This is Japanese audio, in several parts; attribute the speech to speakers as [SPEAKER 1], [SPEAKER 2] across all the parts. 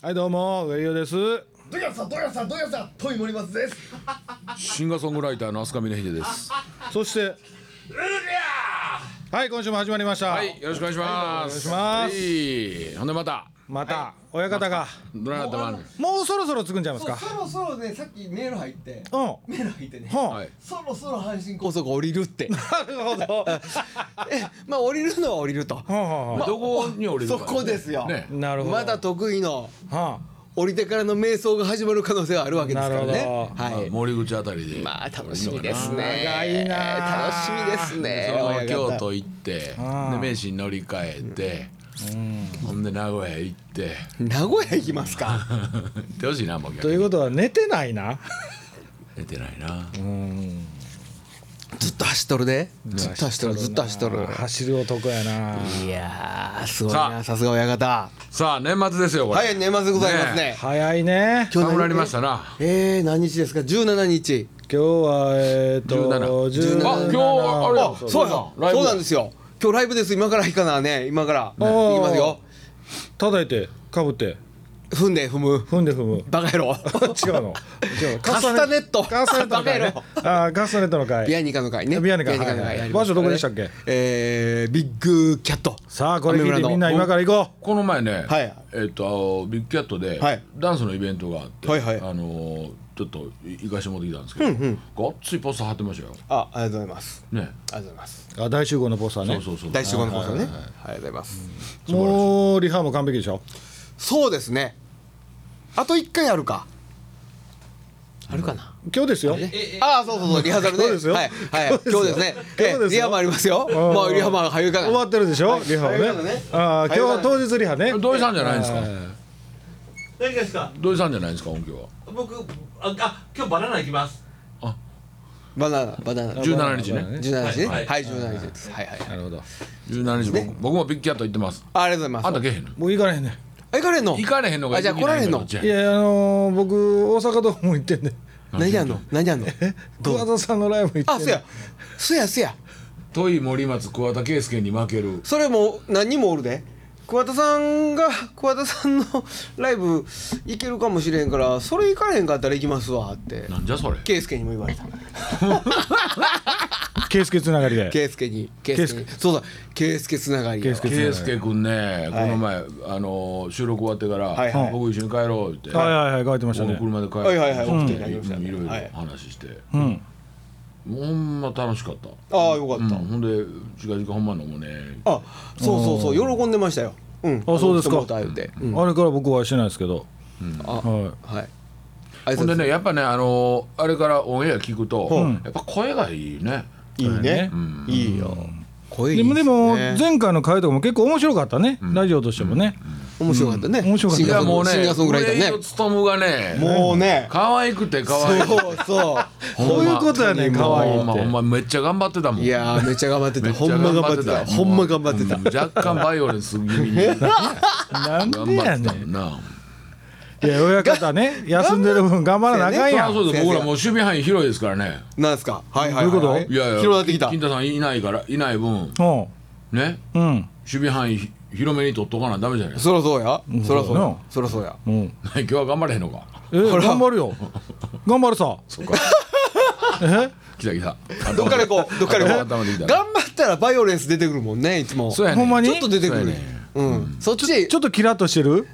[SPEAKER 1] はいどうも上尾です
[SPEAKER 2] どやさどやさどやさとい森松です
[SPEAKER 3] シンガーソングライターの飛鳥峰秀です。
[SPEAKER 1] そしてはい今週も始まりました、
[SPEAKER 3] はい、よろしくお願いします。
[SPEAKER 1] はいお願い
[SPEAKER 3] はいほんでまた、
[SPEAKER 1] また、親方が
[SPEAKER 3] どなたまん。
[SPEAKER 1] もうそろそろ作んじゃいます
[SPEAKER 2] そう
[SPEAKER 1] か
[SPEAKER 2] そろそろねさっきメール入って
[SPEAKER 1] うん
[SPEAKER 2] メール入ってね
[SPEAKER 1] ほん、
[SPEAKER 3] はい。
[SPEAKER 2] そろそろ阪神高速降りるって
[SPEAKER 1] なる ほど
[SPEAKER 2] えまあ降りるのは降りると
[SPEAKER 1] ほんほんほん
[SPEAKER 3] どこに降りる
[SPEAKER 2] そ
[SPEAKER 3] か
[SPEAKER 2] こですよ、
[SPEAKER 3] ね。
[SPEAKER 1] なるほど
[SPEAKER 2] まだ得意の
[SPEAKER 1] は
[SPEAKER 2] 降りてからの瞑想が始まる可能性はあるわけですから
[SPEAKER 1] なる
[SPEAKER 2] ね
[SPEAKER 1] ほど
[SPEAKER 2] はい
[SPEAKER 3] 森口あたりで。
[SPEAKER 2] まあ楽しみですね
[SPEAKER 1] 長いな
[SPEAKER 2] 楽しみですね
[SPEAKER 3] その
[SPEAKER 2] 親方
[SPEAKER 3] 京都行って、で名神乗り換えて、ほんで名古屋行って、
[SPEAKER 2] 名古屋行きますか
[SPEAKER 3] 行ってほしいなもう
[SPEAKER 1] と
[SPEAKER 3] 逆
[SPEAKER 1] い
[SPEAKER 3] に
[SPEAKER 1] うことは寝てないな
[SPEAKER 3] 出てないな。
[SPEAKER 2] ずっと走っとるでずっと走っとるずっと走っとる
[SPEAKER 1] 走る男やない
[SPEAKER 2] やーすごい
[SPEAKER 3] さ
[SPEAKER 2] な
[SPEAKER 3] あ
[SPEAKER 2] さすが親方
[SPEAKER 3] さあ年末ですよこれ。
[SPEAKER 2] はい年末でございますね
[SPEAKER 3] ね
[SPEAKER 1] 早いね
[SPEAKER 2] 今日何
[SPEAKER 3] 寒くなりましたな。
[SPEAKER 2] えー、何日ですか17日
[SPEAKER 1] 今日はえっ、と17
[SPEAKER 3] 17あ今日はあれや
[SPEAKER 1] あ
[SPEAKER 3] そう
[SPEAKER 2] そう
[SPEAKER 3] ライブ
[SPEAKER 2] そうなんですよ今日ライブです今から行かなね今から
[SPEAKER 1] ー
[SPEAKER 2] 行きますよ
[SPEAKER 1] 叩いてかぶって
[SPEAKER 2] 踏んで踏む
[SPEAKER 1] 踏んで踏 む
[SPEAKER 2] バカ 野郎
[SPEAKER 1] 違うの違う
[SPEAKER 2] カスタネット
[SPEAKER 1] カスタネットの会、ね、あーカスタネットの会
[SPEAKER 2] ビアニカの会ね
[SPEAKER 1] ビアニカ
[SPEAKER 2] の
[SPEAKER 1] はいはい
[SPEAKER 2] やり
[SPEAKER 1] 場
[SPEAKER 2] ますから
[SPEAKER 1] 所どこでしたっけ
[SPEAKER 2] えー、ビッグキャット
[SPEAKER 1] さあこれ
[SPEAKER 2] 雨
[SPEAKER 1] 聞い
[SPEAKER 2] 村
[SPEAKER 1] て
[SPEAKER 2] の
[SPEAKER 1] みんな今から行こ
[SPEAKER 3] この前ね、
[SPEAKER 2] はい
[SPEAKER 3] えっとあのビッグキャットで、
[SPEAKER 2] はい
[SPEAKER 3] ダンスのイベントがあって、
[SPEAKER 2] はいはい
[SPEAKER 3] あのーちょっと行かしてもらってきたんですけど、ごっついポスター貼ってましたよ。
[SPEAKER 2] あありがとうございます
[SPEAKER 3] ね、
[SPEAKER 2] ありがとうございます
[SPEAKER 1] うあ大集合のポスターね
[SPEAKER 3] そうそうそう。
[SPEAKER 2] 大集合の放送ねありがとうございます
[SPEAKER 1] もうリハも完璧でしょ
[SPEAKER 2] そうですねあと一回あるかあるかな
[SPEAKER 1] 今日ですよ
[SPEAKER 2] ああそうそうそうリハーサルね
[SPEAKER 1] そうですよ
[SPEAKER 2] はいはい今
[SPEAKER 1] そう
[SPEAKER 2] 日
[SPEAKER 1] で
[SPEAKER 2] で
[SPEAKER 1] よ
[SPEAKER 2] すすね
[SPEAKER 1] 今日ですよ
[SPEAKER 2] えリハもありますよ
[SPEAKER 1] ん
[SPEAKER 2] まあリハも早いか
[SPEAKER 1] 終
[SPEAKER 2] ら
[SPEAKER 1] わってるでしょ、リハはね
[SPEAKER 2] 早いからね
[SPEAKER 1] ああ今日は当日リハね
[SPEAKER 3] 土井さんじゃないんですか。
[SPEAKER 4] 何がですか
[SPEAKER 3] 土井さんじゃないんですか音響は。
[SPEAKER 4] 僕ああ今日バナナ行きます
[SPEAKER 2] バナナバナナ
[SPEAKER 3] 十七日ね。
[SPEAKER 2] 17日ね
[SPEAKER 4] はい
[SPEAKER 2] はい17日ですはいはいはい
[SPEAKER 1] なるほど
[SPEAKER 3] 十七日僕僕もビッグキャット行ってます。
[SPEAKER 2] ありがとうござい
[SPEAKER 3] あんた
[SPEAKER 2] ます
[SPEAKER 3] けえへんの。
[SPEAKER 1] もう行かれへんね
[SPEAKER 2] あ行かれんの
[SPEAKER 3] 行かれへんのが
[SPEAKER 2] あじゃあ来られへんの
[SPEAKER 3] じゃ
[SPEAKER 1] いやあのー、僕大阪ドーム行ってんね
[SPEAKER 2] 何やんの何やんの
[SPEAKER 1] 桑田さんのライブ行ってんね
[SPEAKER 2] あそうやそうやそうや
[SPEAKER 3] 土井森松桑田佳祐に負ける。
[SPEAKER 2] それも何人もおるで桑田さんが桑田さんのライブ行けるかもしれんからそれ行かれへんかったら行きますわって
[SPEAKER 3] なんじゃそれ。
[SPEAKER 2] 圭介にも言われた
[SPEAKER 1] 圭介つながりで
[SPEAKER 2] 圭介に圭介にそうだ圭介つながりや
[SPEAKER 1] 圭
[SPEAKER 2] わ
[SPEAKER 1] 介
[SPEAKER 3] 圭介くんね、この前あのー収録終わってから、
[SPEAKER 2] はいはい
[SPEAKER 3] 僕一緒に帰ろうって。
[SPEAKER 1] はいはいはい書いてました
[SPEAKER 3] この
[SPEAKER 1] ね
[SPEAKER 3] 車で帰って、
[SPEAKER 2] はいはいはい
[SPEAKER 3] うん
[SPEAKER 2] 起きていただきましたね
[SPEAKER 3] いろいろ
[SPEAKER 2] はい
[SPEAKER 3] 話して、
[SPEAKER 1] うん
[SPEAKER 3] ほんま楽しかった、
[SPEAKER 2] ああよか
[SPEAKER 3] う
[SPEAKER 2] っ
[SPEAKER 3] ん、
[SPEAKER 2] た
[SPEAKER 3] ほんで近々ほんま飲もうね
[SPEAKER 2] あそうそうそう喜んでましたよ、うん、
[SPEAKER 1] あそうですか
[SPEAKER 2] あの人も歌うて、うん
[SPEAKER 1] あれから僕はしてないですけど
[SPEAKER 2] あ
[SPEAKER 1] は
[SPEAKER 2] はいあい
[SPEAKER 3] ほんでねやっぱねあのーあれからオンエア聞くと、やっぱ声がいいね
[SPEAKER 2] いいね、いいよ声
[SPEAKER 1] い
[SPEAKER 2] いい
[SPEAKER 1] でもです
[SPEAKER 2] ね
[SPEAKER 1] も前回の回とかも結構面白かったねラジオとしてもね
[SPEAKER 2] 面白かったね、
[SPEAKER 1] 面白かった
[SPEAKER 2] シン
[SPEAKER 3] い
[SPEAKER 2] ガ
[SPEAKER 3] や
[SPEAKER 2] ーソン
[SPEAKER 3] もう
[SPEAKER 2] グ
[SPEAKER 3] ね
[SPEAKER 2] シンガーソングライター
[SPEAKER 3] 上
[SPEAKER 2] ね
[SPEAKER 3] 与努がね
[SPEAKER 2] もうね
[SPEAKER 3] 可愛くて可愛い
[SPEAKER 2] そうそう
[SPEAKER 1] こういうことやねん可愛い
[SPEAKER 3] ほ
[SPEAKER 1] っ
[SPEAKER 3] んまほん
[SPEAKER 1] て
[SPEAKER 3] まめっちゃ頑張ってたもん
[SPEAKER 2] いやーめっちゃ頑張って
[SPEAKER 3] め
[SPEAKER 2] た
[SPEAKER 3] っち
[SPEAKER 2] ほ
[SPEAKER 3] ゃ
[SPEAKER 2] んま頑張ってたほんま頑張ってた、
[SPEAKER 3] うん若干バイオレンス気 味に頑
[SPEAKER 1] なんで
[SPEAKER 3] 張
[SPEAKER 1] や
[SPEAKER 3] って
[SPEAKER 1] ね
[SPEAKER 3] た
[SPEAKER 1] ん
[SPEAKER 3] もんない
[SPEAKER 1] や親方ね休んでる分頑張らなあかんや
[SPEAKER 3] あ
[SPEAKER 1] ん
[SPEAKER 3] そうです
[SPEAKER 2] 先生
[SPEAKER 3] 僕らもう守備範囲広いですからね
[SPEAKER 2] なんですかはいはい
[SPEAKER 1] どういうこと
[SPEAKER 2] はい
[SPEAKER 3] いやいや
[SPEAKER 2] 広がってきた
[SPEAKER 3] 金田さんいないからいない分
[SPEAKER 1] ほ
[SPEAKER 3] ね
[SPEAKER 1] ううん
[SPEAKER 3] 守備範囲ひ広めに取っとかなダメじゃないです
[SPEAKER 2] そらそうやそらそう
[SPEAKER 1] そうや
[SPEAKER 2] や
[SPEAKER 1] な
[SPEAKER 2] そらそうや
[SPEAKER 1] うん
[SPEAKER 3] か今日は頑張れへんのか
[SPEAKER 1] え頑張るよ頑張るさ
[SPEAKER 3] 来た来た
[SPEAKER 2] どっから行こうどっから行こう
[SPEAKER 3] 頭できた
[SPEAKER 2] 頑張ったらバイオレンス出てくるもんねいつも
[SPEAKER 3] そうやね
[SPEAKER 1] ほんまに
[SPEAKER 2] ちょっと出てくる
[SPEAKER 3] そうやね
[SPEAKER 2] うんそっち
[SPEAKER 1] ちょっとキラッとしてる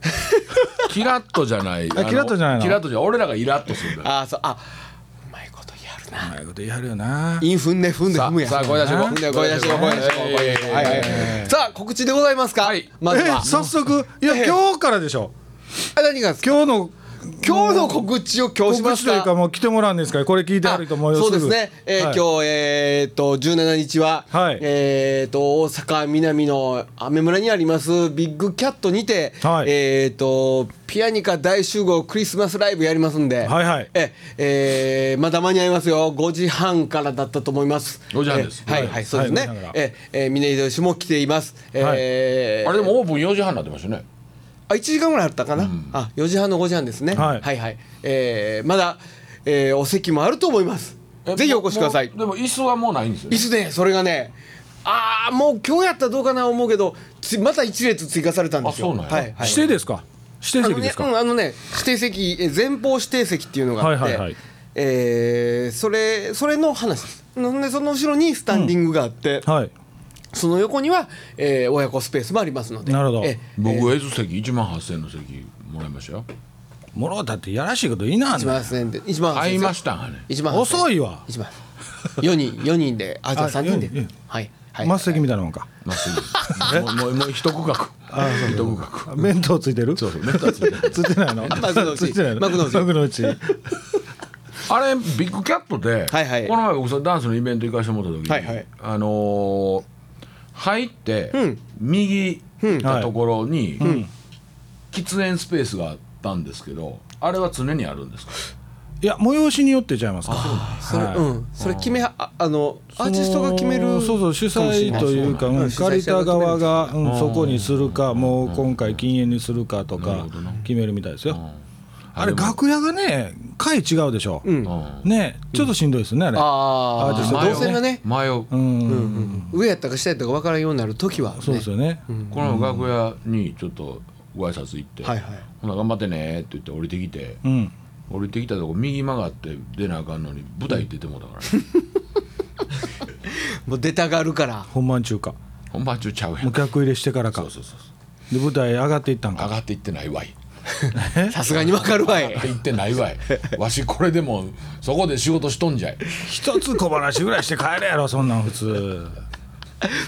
[SPEAKER 3] キラッとじゃない
[SPEAKER 1] あキラッとじゃないの
[SPEAKER 3] キラッとじゃ俺らがイラッとするから
[SPEAKER 2] あーそうあうまいことやるな
[SPEAKER 1] ああいうことやるよな
[SPEAKER 2] イン踏んで踏んで踏むや
[SPEAKER 3] さあ声出してこ
[SPEAKER 2] 踏んで声出してこ声出してこ声出してこはいはいはいさあ告知でございますか
[SPEAKER 3] はい
[SPEAKER 2] まず
[SPEAKER 1] え
[SPEAKER 2] は
[SPEAKER 1] 早速いや今日からでしょ
[SPEAKER 2] あ何が
[SPEAKER 1] 今日の
[SPEAKER 2] 今日の告知を今日しま
[SPEAKER 1] 告
[SPEAKER 2] す
[SPEAKER 1] 知というか
[SPEAKER 2] か
[SPEAKER 1] もう来てもらうんですからこれ聞いてはると思うよ
[SPEAKER 2] そうですね、えー
[SPEAKER 1] はい
[SPEAKER 2] 今日えーっと17日は、
[SPEAKER 1] はい
[SPEAKER 2] えーっと大阪南の雨村にありますビッグキャットにて、
[SPEAKER 1] はい
[SPEAKER 2] えーっとピアニカ大集合クリスマスライブやりますんで、
[SPEAKER 1] はいはい
[SPEAKER 2] ええーまだ間に合いますよ5時半からだったと思います
[SPEAKER 3] 5時半です
[SPEAKER 2] えーはいはいそうですね、
[SPEAKER 1] はい
[SPEAKER 2] ええー峰秀氏も来ています、えー
[SPEAKER 3] あれでもオープン4時半になってましたね
[SPEAKER 2] あ1時間ぐらいあったかな、あ4時半の5時半ですね、
[SPEAKER 1] は
[SPEAKER 2] はいい、はいえーまだ、えーお席もあると思います
[SPEAKER 3] え
[SPEAKER 2] ぜひお越しください
[SPEAKER 3] もうでも椅子はもうないんですよ
[SPEAKER 2] 椅
[SPEAKER 3] ね
[SPEAKER 2] 子ねそれがねああもう今日やったらどうかな思うけどつまた一列追加されたんですよ
[SPEAKER 3] あそうなんや
[SPEAKER 2] はいはい、
[SPEAKER 1] 指定ですか指定席です
[SPEAKER 2] あ
[SPEAKER 1] か。
[SPEAKER 2] のね,、うん、あのね指定席え前方指定席っていうのがあって、
[SPEAKER 1] はいはいはい
[SPEAKER 2] えーそれそれの話ですほんでその後ろにスタンディングがあって、
[SPEAKER 1] はい。
[SPEAKER 2] その横には、えー親子スペースもありますので
[SPEAKER 1] なるほど
[SPEAKER 2] え
[SPEAKER 3] 僕 S 席1万8000の席もらいましたよ
[SPEAKER 1] もろだってやらしいこと言いなあん
[SPEAKER 2] 1
[SPEAKER 1] ね
[SPEAKER 2] 万
[SPEAKER 1] ん。
[SPEAKER 2] 8000円で1万8000円
[SPEAKER 3] 会いましたんね
[SPEAKER 2] 1万
[SPEAKER 1] 遅いわ
[SPEAKER 2] 1万4人4人であじゃあ
[SPEAKER 1] あ
[SPEAKER 2] 3人で
[SPEAKER 1] 四人
[SPEAKER 2] はいはい
[SPEAKER 1] 末席みたいなもんか。
[SPEAKER 3] まっすぐもうもうもう一区画一区画
[SPEAKER 1] 弁当ついてる。 つ
[SPEAKER 3] そうそう目立つ
[SPEAKER 1] いて ないの。
[SPEAKER 2] 幕の内
[SPEAKER 1] ついてないの。
[SPEAKER 2] 幕の内
[SPEAKER 1] 幕の内。
[SPEAKER 3] あれビッグキャットで、
[SPEAKER 2] はいはい
[SPEAKER 3] この前僕そのダンスのイベント行かせてもらった時に、
[SPEAKER 2] はいはい
[SPEAKER 3] あのー入って、
[SPEAKER 2] ん
[SPEAKER 3] 右行ったところに、
[SPEAKER 1] ん
[SPEAKER 3] 喫煙スペースがあったんですけどあれは常にあるんですか
[SPEAKER 1] いや催しによってちゃいますか。
[SPEAKER 2] それ、
[SPEAKER 1] はい
[SPEAKER 2] うんそれ決めああのアーティストが決める
[SPEAKER 1] そうそう主催というか、
[SPEAKER 2] もしれない
[SPEAKER 1] うん、借りた側が、
[SPEAKER 2] う
[SPEAKER 1] うん、そこにするかもう今回禁煙にするかと
[SPEAKER 3] なる
[SPEAKER 1] か
[SPEAKER 3] ほどな
[SPEAKER 1] 決めるみたいですよ、あれ
[SPEAKER 3] でも
[SPEAKER 1] 楽屋がね階違うでしょ、
[SPEAKER 2] う
[SPEAKER 1] うん
[SPEAKER 3] うん
[SPEAKER 1] ねちょっとしんどいですねあれ、
[SPEAKER 2] あ
[SPEAKER 1] アーティスト
[SPEAKER 2] あ動線がね、
[SPEAKER 3] 迷
[SPEAKER 1] う
[SPEAKER 3] う、
[SPEAKER 1] ん
[SPEAKER 2] うんうん上やったか下やったか分からんようになる時はあるね
[SPEAKER 1] そうですよね、
[SPEAKER 3] この前楽屋にちょっとご挨拶行って「
[SPEAKER 2] はいはい
[SPEAKER 3] ほな頑張ってね」って言って降りてきて
[SPEAKER 1] うん、
[SPEAKER 3] 降りてきたとこ右曲がって出なあかんのに舞台出てもうたから、ね、
[SPEAKER 2] もう出たがるから
[SPEAKER 1] 本番中か
[SPEAKER 3] 本番中ちゃうやん
[SPEAKER 1] もう 客入れしてからか
[SPEAKER 3] そうそうそうそ
[SPEAKER 1] で
[SPEAKER 3] う
[SPEAKER 1] 舞台上がっていったん
[SPEAKER 3] 上
[SPEAKER 1] か
[SPEAKER 3] がっていってないわい
[SPEAKER 2] さすがに分かるわい
[SPEAKER 3] って言ってないわいわしこれでもそこで仕事しとんじゃい
[SPEAKER 1] 一つ小話ぐらいして帰れやろそんなん普通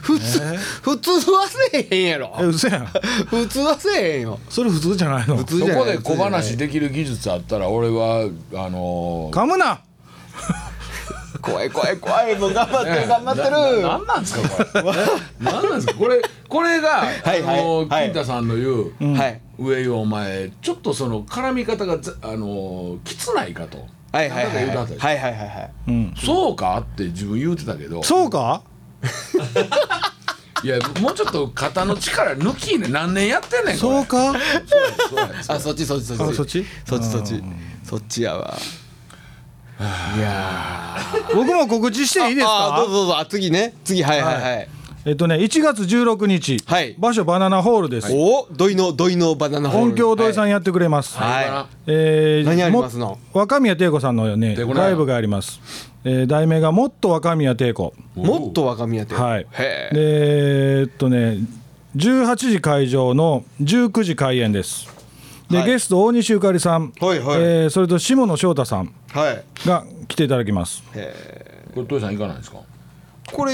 [SPEAKER 2] 普通、普通はせえへんやろ
[SPEAKER 1] え嘘やん
[SPEAKER 2] 普通はせえへんよ
[SPEAKER 1] それ普通じゃないの
[SPEAKER 2] 通
[SPEAKER 3] そ
[SPEAKER 2] じゃない
[SPEAKER 3] こで小話できる技術あったら俺はあのー
[SPEAKER 1] 噛むな
[SPEAKER 2] 怖い怖い怖いもう頑張ってる頑張ってる
[SPEAKER 3] ななんなんですかこ れなんなんですかこれこれが、
[SPEAKER 2] いはい
[SPEAKER 3] あのー
[SPEAKER 2] はい
[SPEAKER 3] 金太さんの言う、
[SPEAKER 2] はい
[SPEAKER 3] 上よお前ちょっとその絡み方がざあのーきつないかと
[SPEAKER 2] はいはいはい
[SPEAKER 3] なん
[SPEAKER 2] はい
[SPEAKER 3] か言う
[SPEAKER 2] はい
[SPEAKER 3] てはったで
[SPEAKER 2] は
[SPEAKER 3] しょ
[SPEAKER 2] いはいはい
[SPEAKER 3] そうかって自分言うてたけど
[SPEAKER 1] そうか
[SPEAKER 3] いやもうちょっと肩の力抜きね何年やってんねんこれ
[SPEAKER 1] そうか
[SPEAKER 3] そうやそう
[SPEAKER 2] あ
[SPEAKER 3] や
[SPEAKER 2] そっちそっちそっ
[SPEAKER 1] あ
[SPEAKER 2] ち
[SPEAKER 1] そっち
[SPEAKER 2] そっちそっちそっちやわいや
[SPEAKER 1] 僕も告知していいですか
[SPEAKER 2] あどうぞどうぞあ次ね次はいはいはい
[SPEAKER 1] えっとね、1月16日、
[SPEAKER 2] はい
[SPEAKER 1] 場所バナナホールです。
[SPEAKER 2] お土井の土井のバナナホール
[SPEAKER 1] 音響土井さ
[SPEAKER 2] は
[SPEAKER 1] ん
[SPEAKER 2] い
[SPEAKER 1] やってくれます。
[SPEAKER 2] は
[SPEAKER 1] え
[SPEAKER 2] 何やりますの
[SPEAKER 1] も若宮貞子さんのね
[SPEAKER 3] 出てこない
[SPEAKER 1] ライブがあります、えー題名が「もっと若宮貞子
[SPEAKER 2] いもっと若宮」亭
[SPEAKER 1] はい
[SPEAKER 2] へえ
[SPEAKER 1] でえーっとね18時会場の19時開演ですで、
[SPEAKER 2] はい
[SPEAKER 1] ゲスト大西ゆかりさん、
[SPEAKER 2] はいはい
[SPEAKER 1] えーそれと下野翔太さん
[SPEAKER 2] はい
[SPEAKER 1] が来ていただきます
[SPEAKER 2] へえ
[SPEAKER 3] これ土井さん行かないんですか
[SPEAKER 2] これ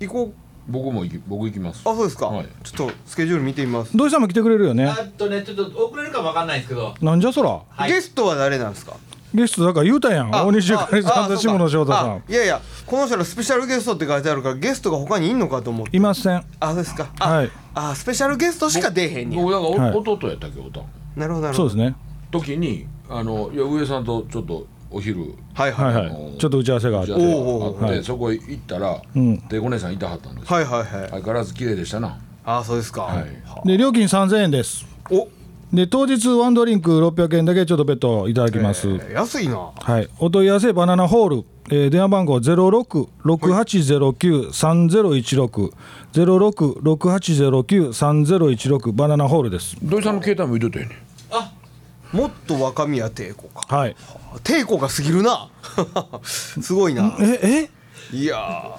[SPEAKER 2] 行こう
[SPEAKER 3] 僕も行き僕行きます
[SPEAKER 2] あそうですか
[SPEAKER 3] はい
[SPEAKER 2] ちょっとスケジュール見てみます
[SPEAKER 1] 土井さんも来てくれるよね
[SPEAKER 4] あとねちょっと遅れるかもわかんないですけど
[SPEAKER 1] なんじゃそら
[SPEAKER 4] はい
[SPEAKER 2] ゲストは誰なんですか
[SPEAKER 1] ゲストだから言うたやん
[SPEAKER 2] あ
[SPEAKER 1] 大西ゆかりさん
[SPEAKER 2] あ
[SPEAKER 1] と
[SPEAKER 2] あそう
[SPEAKER 1] 下
[SPEAKER 2] か
[SPEAKER 1] 野翔太さ
[SPEAKER 2] あ
[SPEAKER 1] ん
[SPEAKER 2] いやいやこの人のスペシャルゲストって書いてあるからゲストが他にいんのかと思って
[SPEAKER 1] いません
[SPEAKER 2] あそうですかあ、
[SPEAKER 1] はい
[SPEAKER 2] あスペシャルゲストしか出えへんねや
[SPEAKER 3] 僕だからお、
[SPEAKER 1] はい
[SPEAKER 3] 弟やったっけおたん
[SPEAKER 2] なるほどなる
[SPEAKER 1] そう
[SPEAKER 2] ほ
[SPEAKER 1] で
[SPEAKER 2] ど
[SPEAKER 1] すね
[SPEAKER 3] 時にあのいや上さんとちょっとお昼
[SPEAKER 2] はい
[SPEAKER 1] はい
[SPEAKER 2] はい
[SPEAKER 1] は
[SPEAKER 3] あの
[SPEAKER 1] い、ちょっと打ち合わせがあっ
[SPEAKER 3] じ
[SPEAKER 1] て
[SPEAKER 3] ゃ
[SPEAKER 2] おう
[SPEAKER 3] あ
[SPEAKER 2] おうおう
[SPEAKER 3] あっ
[SPEAKER 1] は
[SPEAKER 3] て
[SPEAKER 1] い
[SPEAKER 3] そこ行ったら
[SPEAKER 1] うん
[SPEAKER 3] でお姉さんいたはったんですよ
[SPEAKER 2] はいはいはい
[SPEAKER 3] 相変わらず綺麗でしたな
[SPEAKER 2] あそうですか、
[SPEAKER 3] はい
[SPEAKER 1] で料金3000円です
[SPEAKER 2] お
[SPEAKER 1] で当日ワンドリンク600円だけちょっと別途いただきます、
[SPEAKER 2] えー安いな
[SPEAKER 1] はい、お問い合わせバナナホール、えー電話番号0668093016 0668093016バナナホールです
[SPEAKER 3] 土井さんの携帯も入れてね
[SPEAKER 4] あ
[SPEAKER 2] もっと若宮帝子か
[SPEAKER 1] はい
[SPEAKER 2] 帝子が過ぎるなすごいな
[SPEAKER 1] ええ
[SPEAKER 2] いや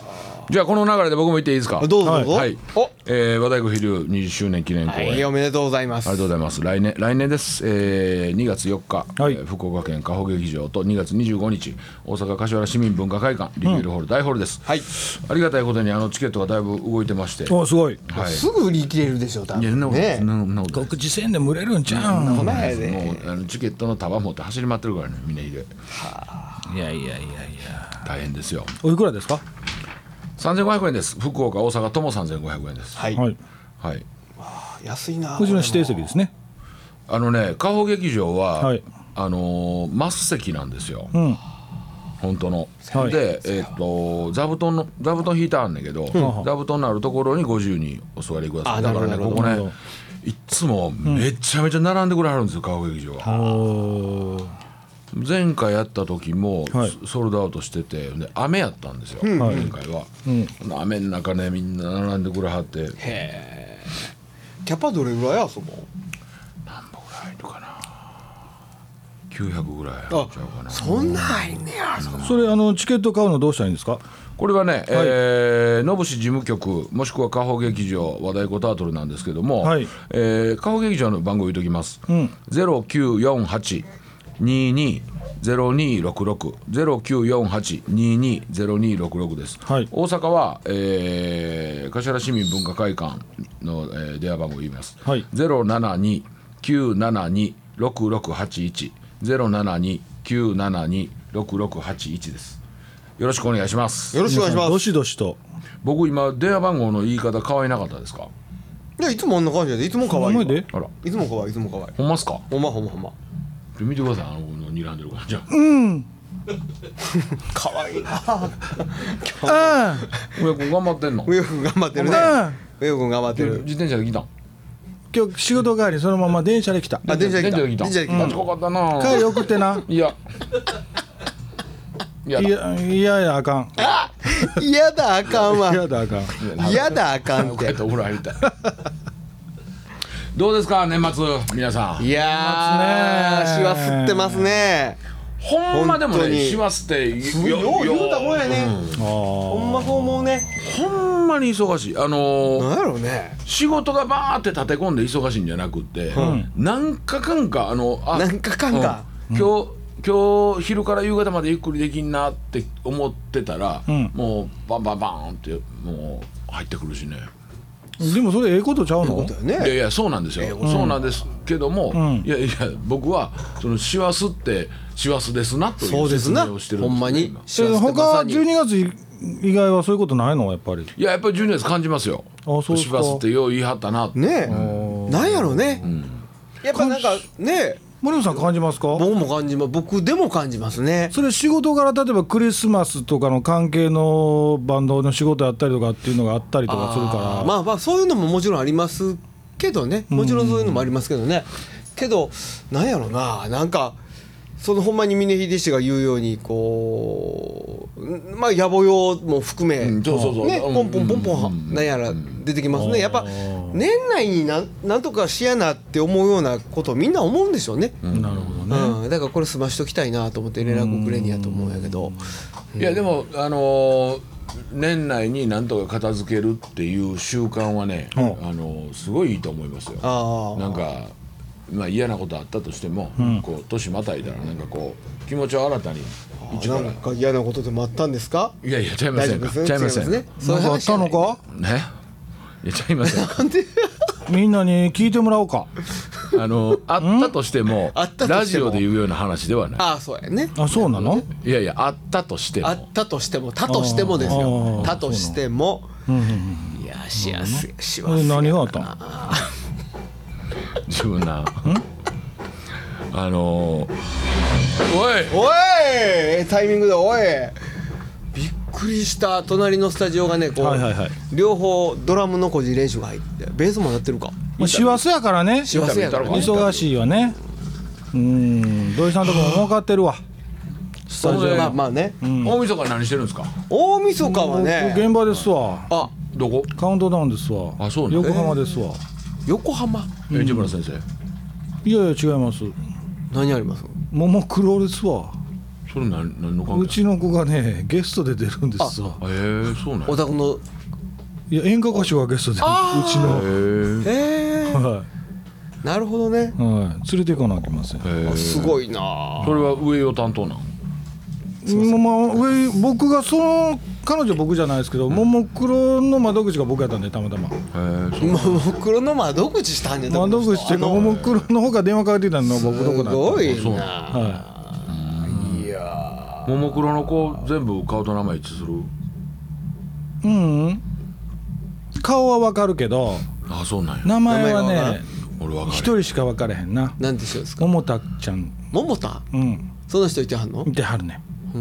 [SPEAKER 3] じゃあこの流れで僕も行っていいですか
[SPEAKER 2] ーどうぞどうぞ、
[SPEAKER 3] はい
[SPEAKER 2] お
[SPEAKER 3] えー和太鼓昼20周年記念公
[SPEAKER 2] は
[SPEAKER 3] 演
[SPEAKER 2] いおめでとうございます
[SPEAKER 3] ありがとうございます。来年来年です。えー2月4日、
[SPEAKER 1] はい
[SPEAKER 3] えー福岡県加穂劇場と2月25日大阪柏原市民文化会館リビュールホール、大ホールです。
[SPEAKER 2] はい
[SPEAKER 3] ありがたいことにあのチケットがだいぶ動いてまして、はい。
[SPEAKER 1] おすごい
[SPEAKER 2] すぐ売り切れるでしょ多
[SPEAKER 3] いやそんな
[SPEAKER 2] 分
[SPEAKER 3] ことない
[SPEAKER 2] ね
[SPEAKER 3] そんなそんなことない
[SPEAKER 1] 告知せんでも売れるんちゃ
[SPEAKER 2] こ
[SPEAKER 1] うん
[SPEAKER 2] なんやで
[SPEAKER 3] もうあのチケットの束持って走り回ってるからねみんな入れ
[SPEAKER 1] いやいやいやいや
[SPEAKER 3] 大変ですよ
[SPEAKER 1] おいくらですか
[SPEAKER 3] 3500円です福岡大阪とも3500円です
[SPEAKER 2] はい、
[SPEAKER 1] はい
[SPEAKER 3] はい
[SPEAKER 2] 安いな
[SPEAKER 1] こちらの指定席ですね
[SPEAKER 3] あのね加穂劇場は、
[SPEAKER 1] はい
[SPEAKER 3] あのー末席なんですよ、
[SPEAKER 1] うん
[SPEAKER 3] 本当の、
[SPEAKER 1] はい
[SPEAKER 3] でえっ、と座布団の座布団引いたんだけど、座布団のあるところに50人お座りくださ
[SPEAKER 2] あ
[SPEAKER 3] い
[SPEAKER 2] な
[SPEAKER 3] だ
[SPEAKER 2] る
[SPEAKER 3] か
[SPEAKER 2] ほど
[SPEAKER 3] らねここ
[SPEAKER 1] なるほ
[SPEAKER 3] ねいっつもめちゃめちゃ並んでくれはるんですよ川劇場は
[SPEAKER 1] おー
[SPEAKER 3] 前回やった時も
[SPEAKER 1] はい
[SPEAKER 3] ソソールドアウトしててで雨やったんですよ、
[SPEAKER 1] はい
[SPEAKER 3] 前回は、雨の中ねみんな並んでくれはって
[SPEAKER 2] へえキャパどれぐらいあそこ
[SPEAKER 3] 何ぼぐぐらい入るかな900ぐらい入っ
[SPEAKER 2] あ
[SPEAKER 3] ちゃうかな
[SPEAKER 2] そんなん入んねやそ
[SPEAKER 1] それあのチケット買うのどうしたらいいんですか
[SPEAKER 3] これはね、えー野伏事務局もしくは加穂劇場和太鼓タートルなんですけども、
[SPEAKER 1] はい
[SPEAKER 3] えー加穂劇場の番号言うときます、
[SPEAKER 1] ん
[SPEAKER 3] 0948220266 0948220266です、
[SPEAKER 1] はい
[SPEAKER 3] 大阪は、えー、柏市民文化会館の、えー電話番号言います、
[SPEAKER 1] はい
[SPEAKER 3] 072-972-6681 072-972-6681ですよろしくお願いします
[SPEAKER 2] よろしくお願いしま
[SPEAKER 1] ど
[SPEAKER 2] す
[SPEAKER 1] しどしと
[SPEAKER 3] 僕今電話番号の言い方可愛いなかったですか
[SPEAKER 2] いやいつもあんな感じやでいつも可愛
[SPEAKER 1] お
[SPEAKER 2] い
[SPEAKER 1] 前
[SPEAKER 2] わ
[SPEAKER 1] で
[SPEAKER 3] あら
[SPEAKER 2] いつも可愛いいつも可愛い
[SPEAKER 3] ほんまっすか
[SPEAKER 2] ほんまほんまほんま
[SPEAKER 3] ちょ見てくださいあの僕の睨んでる感じ
[SPEAKER 2] 可愛 いな
[SPEAKER 1] あ
[SPEAKER 3] 上君頑張ってんの
[SPEAKER 2] ウヨ君頑張ってるね
[SPEAKER 1] あ
[SPEAKER 2] ウヨ君頑張ってる
[SPEAKER 3] 自転車で来たん
[SPEAKER 1] 今日仕事帰りそのまま電車で来た
[SPEAKER 2] あ電車で来た
[SPEAKER 3] 電車
[SPEAKER 2] 電車
[SPEAKER 3] で
[SPEAKER 2] で
[SPEAKER 3] 来た
[SPEAKER 2] 来
[SPEAKER 3] 近かったな
[SPEAKER 1] 帰り送ってない
[SPEAKER 3] やいや
[SPEAKER 1] い
[SPEAKER 3] だ
[SPEAKER 1] やいやいやあかん
[SPEAKER 2] た嫌だあかんわ
[SPEAKER 1] いやだあかん
[SPEAKER 2] 嫌だあかんっ
[SPEAKER 3] 帰っててお風呂入りたいどうですか年末皆さん
[SPEAKER 2] いやー
[SPEAKER 1] 待つ
[SPEAKER 2] シ
[SPEAKER 1] ね
[SPEAKER 2] ワ吸ってますね
[SPEAKER 3] ほんまでも
[SPEAKER 2] 本当
[SPEAKER 3] ね
[SPEAKER 2] に
[SPEAKER 3] しますってよ
[SPEAKER 2] よう言うたもんやね
[SPEAKER 1] あ
[SPEAKER 2] ほ
[SPEAKER 1] ー
[SPEAKER 2] んまそう思うね
[SPEAKER 3] ほんまに忙しいあのー
[SPEAKER 2] なんやろうね
[SPEAKER 3] 仕事がバーって立て込んで忙しいんじゃなくって、何かかんかあのあ
[SPEAKER 2] 何かかんか
[SPEAKER 3] うん今日今日昼から夕方までゆっくりできんなって思ってたら、
[SPEAKER 1] ん
[SPEAKER 3] もうバンバンバンってもう入ってくるしね
[SPEAKER 1] でもそれええことちゃうの
[SPEAKER 2] だよ
[SPEAKER 3] いや
[SPEAKER 2] ね
[SPEAKER 3] いやそうなんですよ、そうなんですけども、
[SPEAKER 1] ん
[SPEAKER 3] いやいや僕はその師走って師走ですなとい
[SPEAKER 2] そううで
[SPEAKER 3] 説
[SPEAKER 2] すな
[SPEAKER 3] 明をしてる
[SPEAKER 2] ほんまに
[SPEAKER 3] 今
[SPEAKER 1] え
[SPEAKER 2] 幸せってま
[SPEAKER 1] 他
[SPEAKER 2] さに
[SPEAKER 1] 12月以以外はそういうことないのやっぱり
[SPEAKER 3] いややっぱり12月感じますよ
[SPEAKER 1] そうですか
[SPEAKER 3] 師走ってよう言い張ったなって、
[SPEAKER 2] ねえなんやろうねやっぱなんかねえ
[SPEAKER 1] 森本さん感じますか
[SPEAKER 2] 僕も感じます僕でも感じますね
[SPEAKER 1] それ仕事から例えばクリスマスとかの関係のバンドの仕事やったりとかっていうのがあったりとかするから
[SPEAKER 2] あーまあまあそういうのももちろんありますけどねもちろんそういうのもありますけどね、けどなんやろななんかそのほんまに峰秀氏が言うようにこうんまあ野暮用も含め、
[SPEAKER 3] うんそうそうそう
[SPEAKER 2] ね
[SPEAKER 3] うん
[SPEAKER 2] ポンポンポンポン、
[SPEAKER 3] うん
[SPEAKER 2] なんやら出てきますね、やっぱ
[SPEAKER 1] あー
[SPEAKER 2] 年内になんなんとかしやなって思うようなことみんな思うんでしょうね、うん
[SPEAKER 1] なるほどね、
[SPEAKER 2] だからこれ済ましときたいなと思って連絡くれんやと思うんやけど、
[SPEAKER 3] いやでもあのー年内になんとか片付けるっていう習慣はね、
[SPEAKER 1] うん
[SPEAKER 3] あのーすごいいいと思いますよ。
[SPEAKER 2] ああ
[SPEAKER 3] なんかまあ嫌なことあったとしても、こう年またいだらなんかこう気持ちを新たに一
[SPEAKER 2] な
[SPEAKER 3] 番
[SPEAKER 2] んか嫌なことでもあったんですか
[SPEAKER 3] いやいやちゃいませんか
[SPEAKER 2] 大丈夫です
[SPEAKER 3] ちゃいません
[SPEAKER 2] 違いますねそう
[SPEAKER 1] ないん
[SPEAKER 2] う
[SPEAKER 1] かあったのか
[SPEAKER 2] 話じゃない
[SPEAKER 3] ね いやちゃい ませんか
[SPEAKER 1] みんなに聞いてもらおうか
[SPEAKER 3] あのーあったとしても
[SPEAKER 2] あったとしても
[SPEAKER 3] ラジオで言うような話ではない
[SPEAKER 2] ああそうやね
[SPEAKER 1] あそうなの
[SPEAKER 3] いやいやあったとして
[SPEAKER 2] あ
[SPEAKER 3] も
[SPEAKER 2] ったとしてもたとしてもですよ
[SPEAKER 1] あー
[SPEAKER 2] たとしてもいやしやすしわ
[SPEAKER 1] え
[SPEAKER 2] す
[SPEAKER 1] 何があったの
[SPEAKER 3] 自分な あのーおい
[SPEAKER 2] おいタイミングでおいびっくりした隣のスタジオがねこう、
[SPEAKER 1] はいはいはい
[SPEAKER 2] 両方ドラムのこじ練習が入ってベースもなってるか
[SPEAKER 1] まあ師走やからね
[SPEAKER 2] 師走やからね
[SPEAKER 1] 忙しいよねうん土井さんとかも儲かってるわスタジオ
[SPEAKER 3] そうね
[SPEAKER 2] まあまあね、
[SPEAKER 3] 大晦日何してるんですか
[SPEAKER 2] 大晦日は
[SPEAKER 1] 僕
[SPEAKER 2] ね
[SPEAKER 1] 現場ですわ
[SPEAKER 2] あ
[SPEAKER 3] どこ
[SPEAKER 1] カウントダウンですわ
[SPEAKER 3] あそうなの
[SPEAKER 1] 横浜ですわ
[SPEAKER 2] 横浜
[SPEAKER 3] え市村先生
[SPEAKER 1] いやいや違います
[SPEAKER 2] 何あります
[SPEAKER 1] ももクロですわ
[SPEAKER 3] それ何何の関係
[SPEAKER 1] うちの子がねゲストで出るんですわ
[SPEAKER 3] えー、そうなんや
[SPEAKER 2] お宅の
[SPEAKER 1] いや演歌歌手がゲストでうちの
[SPEAKER 3] へー
[SPEAKER 2] えー、
[SPEAKER 1] は
[SPEAKER 2] なるほどね
[SPEAKER 1] い、はい、連れて行かなきゃいけません
[SPEAKER 3] へー
[SPEAKER 2] あすごいな
[SPEAKER 3] それは上を担当なん
[SPEAKER 1] まあ、上僕がその彼女僕じゃないですけどももクロの窓口が僕やったんでたまたま
[SPEAKER 3] へーそう
[SPEAKER 2] ももクロの窓口したんじゃない
[SPEAKER 1] 窓口っていうかももクロの方が電話かけてきたのが僕の
[SPEAKER 2] す
[SPEAKER 1] 子だっ
[SPEAKER 2] ごい
[SPEAKER 3] そう
[SPEAKER 2] な
[SPEAKER 1] た、はい
[SPEAKER 2] や
[SPEAKER 3] ももクロの子全部顔と名前一致する
[SPEAKER 1] い、うんうん顔はわかるけど
[SPEAKER 3] あそうなんや
[SPEAKER 1] 名前は
[SPEAKER 2] 名前はわか
[SPEAKER 1] ね
[SPEAKER 2] らん
[SPEAKER 3] 俺わかる
[SPEAKER 1] 一人しか分かれへんな
[SPEAKER 2] ーなんでしょうですか
[SPEAKER 1] 桃田ちゃん
[SPEAKER 2] 桃田
[SPEAKER 1] うん
[SPEAKER 2] その人いてはんの
[SPEAKER 1] いてはるね
[SPEAKER 2] ほ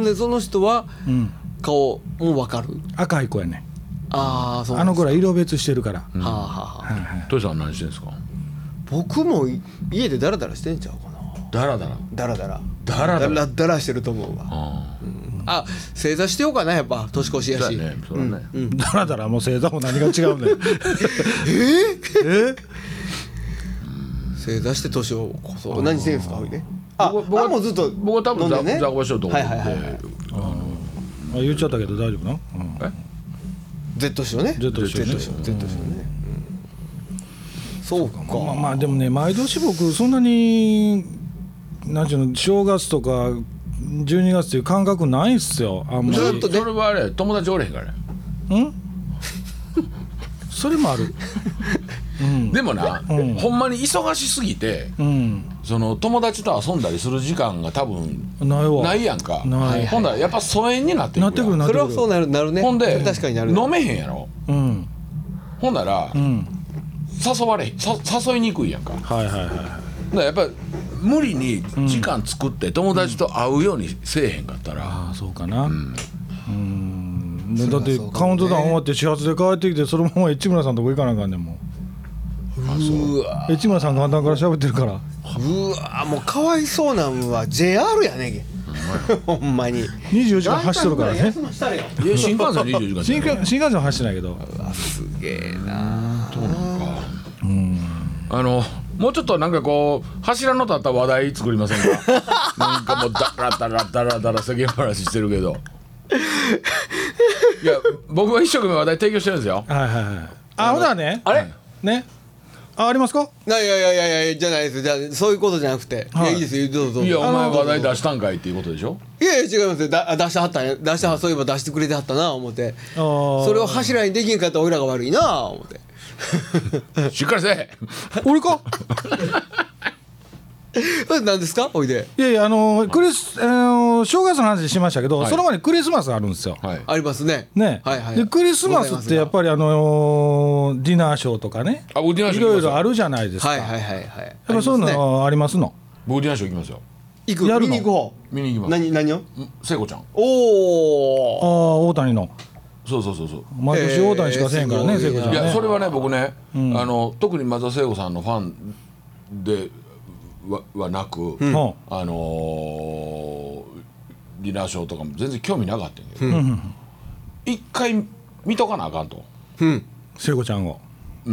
[SPEAKER 2] んでその人は
[SPEAKER 1] うん
[SPEAKER 2] 顔もわかる
[SPEAKER 1] 赤い子やね
[SPEAKER 2] ああそう
[SPEAKER 1] あの子ら色別してるから、
[SPEAKER 2] はあはあはあ
[SPEAKER 3] トイさん何してんですか
[SPEAKER 2] 僕もい家でダラダラしてんちゃうかな
[SPEAKER 3] ダラダラ
[SPEAKER 2] ダラダラ
[SPEAKER 3] ダラダラ
[SPEAKER 2] ダラダラしてると思うわ
[SPEAKER 3] ああ
[SPEAKER 2] あ正座してようかなやっぱ年越しや
[SPEAKER 3] そう
[SPEAKER 2] し
[SPEAKER 3] やねそれはね、
[SPEAKER 1] だら だらもう星座も何が違うんだよええ
[SPEAKER 2] 正座して年をこそ何してるんですかほいであ
[SPEAKER 3] 僕は僕は
[SPEAKER 2] あもうずっと
[SPEAKER 3] 僕は多分
[SPEAKER 2] 飲
[SPEAKER 3] ざ
[SPEAKER 2] んでね
[SPEAKER 3] 雑魚場所と思って
[SPEAKER 2] はいはいはいはい
[SPEAKER 1] あ言っちゃったけど大丈夫な、うん、
[SPEAKER 2] Z 氏のね
[SPEAKER 1] Z 氏のね
[SPEAKER 2] Z 氏の Z 氏のねうんそうか
[SPEAKER 1] まあまあでもね毎年僕そんなになんていうの正月とか12月っていう感覚ないっすよあんまり
[SPEAKER 3] ず
[SPEAKER 2] ず
[SPEAKER 3] っ
[SPEAKER 2] っ
[SPEAKER 3] と
[SPEAKER 2] とね
[SPEAKER 3] それはあれ友達おれへんからね
[SPEAKER 1] うんそれもあるうん
[SPEAKER 3] でもな、
[SPEAKER 1] うん
[SPEAKER 3] ほんまに忙しすぎて
[SPEAKER 1] うん
[SPEAKER 3] その友達と遊んだりする時間が多分
[SPEAKER 1] ないわ
[SPEAKER 3] ないやんか、
[SPEAKER 1] ない
[SPEAKER 3] ほんだらやっぱ疎遠になってく
[SPEAKER 1] なってくるなっ
[SPEAKER 2] そ
[SPEAKER 1] てく
[SPEAKER 2] れ
[SPEAKER 1] る
[SPEAKER 2] はそうなるなるね
[SPEAKER 3] ほんで
[SPEAKER 2] 確かになる
[SPEAKER 3] 飲めへんやろ
[SPEAKER 1] うん
[SPEAKER 3] ほんなら、
[SPEAKER 1] うん
[SPEAKER 3] 誘われへんさ誘いにくいやんかだか
[SPEAKER 1] はいはいはいは
[SPEAKER 3] らやっぱ無理に時間作って友達と会うようにせえへんかったら、
[SPEAKER 1] ああそうかなうん
[SPEAKER 2] そ
[SPEAKER 1] だ
[SPEAKER 2] りゃ
[SPEAKER 1] って
[SPEAKER 2] そうかもね
[SPEAKER 1] カウントダウン終わって始発で帰ってきてそのまま市村さんとこ行かなあかんねんも
[SPEAKER 2] うわ
[SPEAKER 1] う市村さん簡単から喋ってるから
[SPEAKER 2] うわもうかわいそうなんは JR やねんけ ほんまに
[SPEAKER 1] 24時間走っとるからね
[SPEAKER 4] 休ましたらよ
[SPEAKER 3] いや新幹線24時
[SPEAKER 1] 新
[SPEAKER 3] 間じゃない
[SPEAKER 1] 幹新幹線は走ってないけど
[SPEAKER 2] すげえな
[SPEAKER 3] あのもうちょっとなんかこう柱の立った話題作りません かなんかもうダラダラダラダラ世間話してるけどいや僕は一生懸命話題提供してるんですよ
[SPEAKER 1] はいはいはいあほらね
[SPEAKER 3] あれ
[SPEAKER 1] ねあありますか
[SPEAKER 2] ないやいやいやいやじゃないですじゃあそういうことじゃなくて、、
[SPEAKER 1] はいい
[SPEAKER 2] やいいですよどうぞどうぞ
[SPEAKER 3] いやお
[SPEAKER 2] あ
[SPEAKER 3] 前
[SPEAKER 2] のど
[SPEAKER 3] 話
[SPEAKER 2] うぞ
[SPEAKER 3] 題出したんかいっていうことでしょ
[SPEAKER 2] いやいや違いますよだ出してはったんや出してはそういえば出してくれてはったな思って
[SPEAKER 1] あー
[SPEAKER 2] それを柱にできんかった俺らが悪いな思って
[SPEAKER 3] しっかりせえ
[SPEAKER 1] 俺か
[SPEAKER 2] それ何ですかおいで
[SPEAKER 1] いやいやあのクリス、あの正月の話しましたけど、
[SPEAKER 3] はい
[SPEAKER 1] その前にクリスマスあるんですよ、
[SPEAKER 3] はい
[SPEAKER 2] ありますね
[SPEAKER 1] ね、
[SPEAKER 2] はいはい
[SPEAKER 1] でクリスマスってやっぱりあのディナーショーとかね
[SPEAKER 3] あ僕ディナーシ
[SPEAKER 1] い
[SPEAKER 3] ョー行
[SPEAKER 1] ろい
[SPEAKER 3] きますよ
[SPEAKER 1] ろあるじゃないですか、
[SPEAKER 2] はいは
[SPEAKER 1] や
[SPEAKER 2] いはいはい
[SPEAKER 1] っぱそういう
[SPEAKER 2] ありますね
[SPEAKER 1] のありますの
[SPEAKER 3] 僕ディナーショー行きますよ
[SPEAKER 2] 行く
[SPEAKER 1] やる
[SPEAKER 2] 見
[SPEAKER 1] の
[SPEAKER 2] に行く方
[SPEAKER 3] 見に行きます
[SPEAKER 2] 何何を
[SPEAKER 3] 聖子ちゃん
[SPEAKER 1] ああ
[SPEAKER 2] おお
[SPEAKER 1] 大谷の
[SPEAKER 3] そうそうそうそう
[SPEAKER 1] 毎年大谷しかせんからね
[SPEAKER 2] えー
[SPEAKER 1] 聖子、
[SPEAKER 3] い
[SPEAKER 1] ちゃん
[SPEAKER 3] や
[SPEAKER 1] ね
[SPEAKER 3] それはね僕ね、あの特に松田聖子さんのファンでははなく、
[SPEAKER 1] うん
[SPEAKER 3] あのー、ディナーショーとかも全然興味なかったんやけど、一回見とかなあかんと
[SPEAKER 2] うん
[SPEAKER 1] 聖子ちゃんを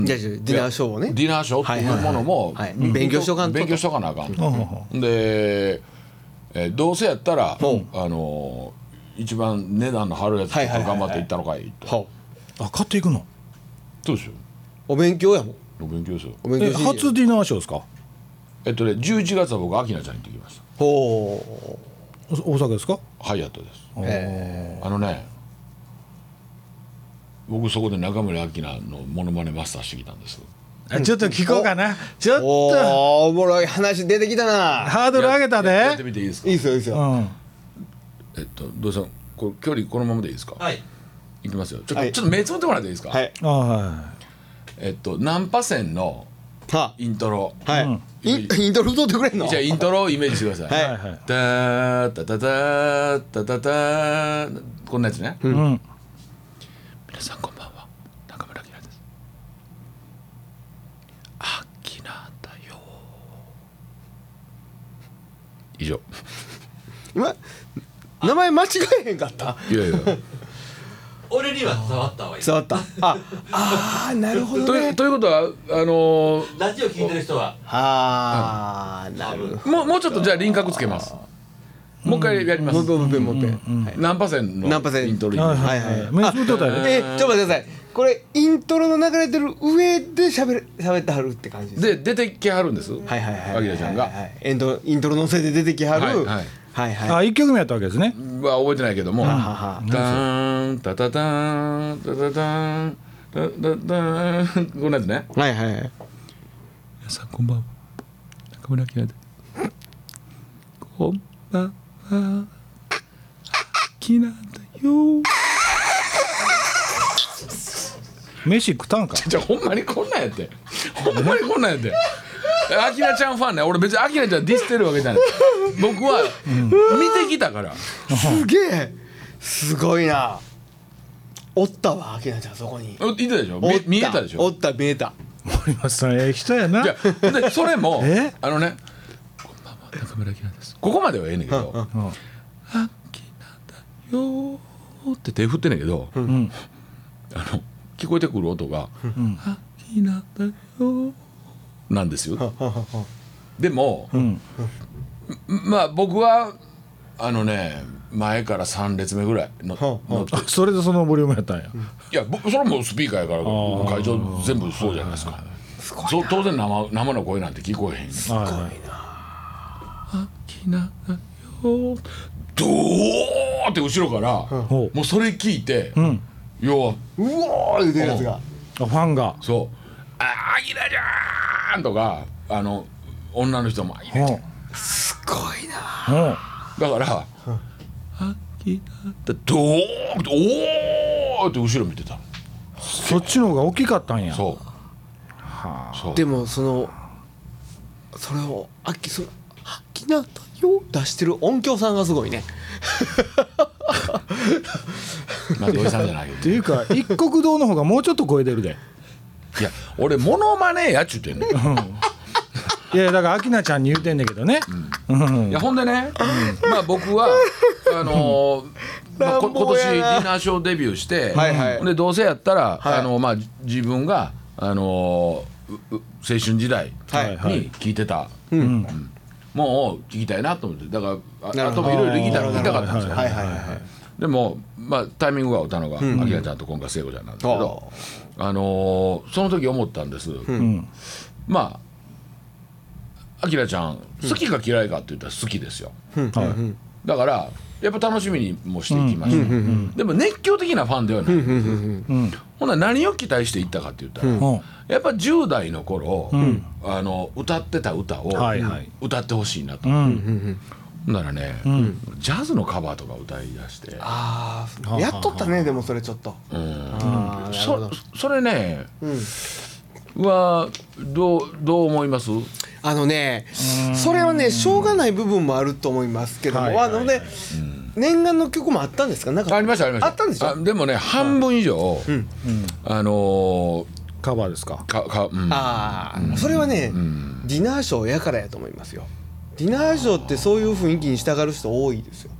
[SPEAKER 2] じゃあじゃあディナーショーをね
[SPEAKER 3] ディナーショーっていうものも、
[SPEAKER 2] はいはいはいはい勉強しとかんと
[SPEAKER 3] 勉強しとかなあかんと、
[SPEAKER 1] ほうほうほ
[SPEAKER 3] で、えーどうせやったら、
[SPEAKER 2] ほ
[SPEAKER 3] あのー一番値段の張るやつとか
[SPEAKER 2] はいはいはいはい
[SPEAKER 3] 頑張っていったのかいと、
[SPEAKER 2] は
[SPEAKER 1] あ買っていくの
[SPEAKER 3] そうですよ
[SPEAKER 2] お勉強やもん
[SPEAKER 3] お勉強ですよ
[SPEAKER 2] お勉
[SPEAKER 1] え
[SPEAKER 2] 強しに
[SPEAKER 1] 初ディナーショーですか
[SPEAKER 3] えっとね11月は僕アキナちゃんに行ってきました
[SPEAKER 2] ほ
[SPEAKER 1] おお酒ですか
[SPEAKER 3] ハイアットです
[SPEAKER 2] うへ
[SPEAKER 3] あのね僕そこで中村明菜のモノマネマスターしてきたんです
[SPEAKER 1] あちょっと聞こうかなちょっ
[SPEAKER 2] ーおーおもろい話出てきたな
[SPEAKER 1] ハードル上げた
[SPEAKER 3] ややって
[SPEAKER 1] で
[SPEAKER 3] みていいですか
[SPEAKER 2] いいっすよいいっす
[SPEAKER 1] う
[SPEAKER 2] よ
[SPEAKER 1] ん
[SPEAKER 3] えっとどうしたこう距離このままでいいですか、、
[SPEAKER 4] はいい
[SPEAKER 3] きますよちょ,、
[SPEAKER 2] はい
[SPEAKER 3] ちょっと目つぶってもらっていいですか、
[SPEAKER 2] はい
[SPEAKER 1] あは
[SPEAKER 3] えっとナンパ戦の
[SPEAKER 2] は
[SPEAKER 3] イントロ
[SPEAKER 2] あはい
[SPEAKER 1] うん
[SPEAKER 2] インイントロ歌ってくれんの
[SPEAKER 3] じゃあイントロをイメージしてください、
[SPEAKER 1] い
[SPEAKER 2] は
[SPEAKER 1] はいはい
[SPEAKER 3] タータタタータタターこんなやつね、
[SPEAKER 1] うん
[SPEAKER 3] 皆さんこんばんは中村明ですあきなだよ以上
[SPEAKER 2] 今名前間違えへんかった
[SPEAKER 3] いやい や
[SPEAKER 4] 俺には伝わったわいい
[SPEAKER 2] 伝わったああーなるほ
[SPEAKER 3] と
[SPEAKER 2] ど
[SPEAKER 3] い
[SPEAKER 2] ね
[SPEAKER 3] うということはあのー
[SPEAKER 4] ラジオ聞いてる人は
[SPEAKER 2] ああなる
[SPEAKER 3] もうもうちょっとじゃあ輪郭つけますもう一回やります、
[SPEAKER 2] ほどもう一回もう一回もう一回
[SPEAKER 3] ナンパ戦の
[SPEAKER 2] ナンパ戦
[SPEAKER 3] イントロ
[SPEAKER 1] はい
[SPEAKER 2] は
[SPEAKER 1] はいい
[SPEAKER 2] はい
[SPEAKER 1] はい目つぶってたよ
[SPEAKER 2] えちょっと待ってくださいこれイントロの流れてる上で喋る喋ってはるって感じです
[SPEAKER 3] で出てきはるんです
[SPEAKER 2] はいはいはい
[SPEAKER 3] アキラちゃん
[SPEAKER 2] はいは
[SPEAKER 3] が
[SPEAKER 2] いはいエンドイントロのせいで出てきはる
[SPEAKER 3] はいはい
[SPEAKER 2] はいはい
[SPEAKER 1] あ一曲目やったわけですね
[SPEAKER 3] は覚えてないけども
[SPEAKER 2] はは
[SPEAKER 3] ターンタタターンタタターンタタターンこんなやつね
[SPEAKER 2] はいはいはい
[SPEAKER 3] 皆さんこんばんは中村明ですこんばんは明なんだよ
[SPEAKER 1] 飯食ったんか
[SPEAKER 3] じゃあほんまにこんなんやってほんまにこんなんやってあきらちゃんファンね俺別にあきらちゃんディスってるわけじゃない僕は見てきたから
[SPEAKER 2] すげえすごいなおったわアキナちゃんそこに
[SPEAKER 3] おいたでしょ
[SPEAKER 2] おっ
[SPEAKER 3] 見見えたでし
[SPEAKER 2] お
[SPEAKER 3] ょ
[SPEAKER 2] った見えた
[SPEAKER 1] 森松さんええ人やな
[SPEAKER 3] じゃあでそれも
[SPEAKER 1] え
[SPEAKER 3] あのねこんばんは中村明ですここまではええねんけど
[SPEAKER 1] うん
[SPEAKER 3] 秋なんだよーって手振ってんねんけど、
[SPEAKER 1] ん
[SPEAKER 3] あの聞こえてくる音が「秋なんだよーなんですよ。
[SPEAKER 2] ははは
[SPEAKER 3] でも、
[SPEAKER 1] ん
[SPEAKER 3] まあ僕はあのね前から3列目ぐらいの
[SPEAKER 2] はあ
[SPEAKER 3] 乗って
[SPEAKER 1] あそれでそのボリュームやったんや、
[SPEAKER 3] いや僕それもスピーカーやから会場全部そうじゃないですかそう当然生生の声なんて聞こえへん「
[SPEAKER 1] はいはい
[SPEAKER 3] きなよ」ドーって後ろから
[SPEAKER 1] ほう
[SPEAKER 3] もうそれ聞いて、要は
[SPEAKER 2] うおー言うてるやつが
[SPEAKER 1] あファンが
[SPEAKER 3] そう「ああきらちゃん!」とかあの女の人も「あき
[SPEAKER 1] うん
[SPEAKER 3] らちゃん!」
[SPEAKER 2] すごいな
[SPEAKER 1] うん
[SPEAKER 3] だから「あきら」ってドーって「おー!」って後ろ見てた
[SPEAKER 1] そっちの方が大きかったんや
[SPEAKER 3] そう
[SPEAKER 1] はあ
[SPEAKER 3] そう
[SPEAKER 2] でもそのそれをあきそのあきなたよ出してる音響さんがすごいね
[SPEAKER 3] まあ土井さんじゃないけ
[SPEAKER 1] っ
[SPEAKER 3] ど
[SPEAKER 1] ていうか一国堂の方がもうちょっと声出るで
[SPEAKER 3] いや俺モノマネやっちゅうてんねん
[SPEAKER 1] いやだから明菜ちゃんに言うてんねんけどねうん
[SPEAKER 3] いやほんでね、まあ僕はあのーまあこ
[SPEAKER 2] 乱暴
[SPEAKER 3] 今年
[SPEAKER 2] やな
[SPEAKER 3] ディナーショーデビューして、
[SPEAKER 2] はいはい
[SPEAKER 3] ほんでどうせやったら、
[SPEAKER 2] はい
[SPEAKER 3] あのまあじ自分があのーうう青春時代に
[SPEAKER 2] はい
[SPEAKER 1] はい
[SPEAKER 3] 聞いてた、うんもう聞きたいなと思ってだから
[SPEAKER 2] な
[SPEAKER 3] あ
[SPEAKER 2] る
[SPEAKER 3] あ
[SPEAKER 2] ほど
[SPEAKER 3] ともいろいろ聞きた
[SPEAKER 2] あー
[SPEAKER 3] 聞きたかったんですよ、
[SPEAKER 2] はいはいはいはい
[SPEAKER 3] でも、まあ、タイミングが合ったのが明菜ちゃんと今回聖子ちゃんなんですけど、あのーその時思ったんです、
[SPEAKER 1] うん
[SPEAKER 3] まあ明ちゃん好きか嫌いかって言ったら好きですよ、
[SPEAKER 1] はい
[SPEAKER 3] だからやっぱ楽しみにもしていきました、でも熱狂的なファンではない、
[SPEAKER 1] うん
[SPEAKER 3] ほんなら何を期待していったかって言ったら、
[SPEAKER 1] うん
[SPEAKER 3] やっぱ10代の頃、あの歌ってた歌を
[SPEAKER 1] はいはい
[SPEAKER 3] 歌ってほしいなと、
[SPEAKER 1] うん
[SPEAKER 3] ほんならね、ジャズのカバーとか歌いだして
[SPEAKER 2] ああやっとったねでもそれちょっと
[SPEAKER 3] うん
[SPEAKER 2] ああなるほど
[SPEAKER 3] そそれね
[SPEAKER 2] うん
[SPEAKER 3] はどうどう思います
[SPEAKER 2] あのねそれはねしょうがない部分もあると思いますけど
[SPEAKER 1] はい
[SPEAKER 2] も
[SPEAKER 1] はい
[SPEAKER 2] あ
[SPEAKER 1] はい
[SPEAKER 2] のね念願の曲もあったんですかなんか
[SPEAKER 3] ありましたありました
[SPEAKER 2] あったんでしょ
[SPEAKER 3] もね半分以上、
[SPEAKER 2] ん
[SPEAKER 3] あの
[SPEAKER 1] カバーですか
[SPEAKER 3] ーかかうん
[SPEAKER 2] ああそれはねディナーショーやからやと思いますよディナーショーってそういう雰囲気に従う人多いですよ